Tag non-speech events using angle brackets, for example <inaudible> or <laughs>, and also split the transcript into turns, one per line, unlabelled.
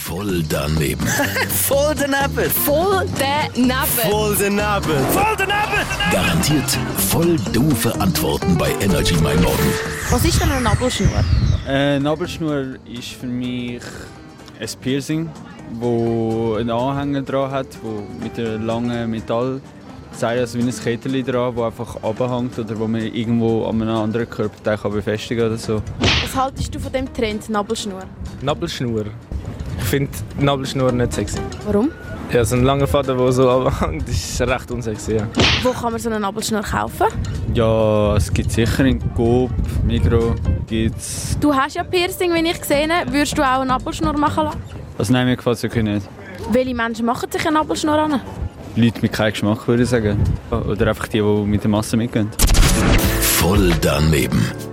Voll daneben. voll daneben.
Voll daneben.
Voll daneben.
Voll daneben. Garantiert voll doofe Antworten bei Energy Mein Morgen.
Was ist denn eine Nabelschnur?
Äh, Nabelschnur ist für mich ein Piercing, wo einen Anhänger dran hat, wo mit einem langen Metall sei also wie ein Kettchen dran, wo einfach abhängt oder wo man irgendwo an einem anderen Körperteil kann befestigen oder so.
Was haltest du von dem Trend Nabelschnur?
Nabelschnur. Ich finde Nabelschnur nicht sexy.
Warum?
Ja, so ein langer Faden, der so <laughs> abhängt, ist recht unsexy. Ja.
Wo kann man so eine Nabelschnur kaufen?
Ja, es gibt sicher in Coop, Migro gibt's.
Du hast ja Piercing, wenn ich gesehen habe. Würdest du auch eine Nabelschnur machen lassen?
Also nein, mir gefällt es wirklich nicht.
Welche Menschen machen sich eine Nabelschnur an?
Leute mit keinem Geschmack, würde ich sagen. Oder einfach die, die mit der Masse mitgehen.
Voll daneben.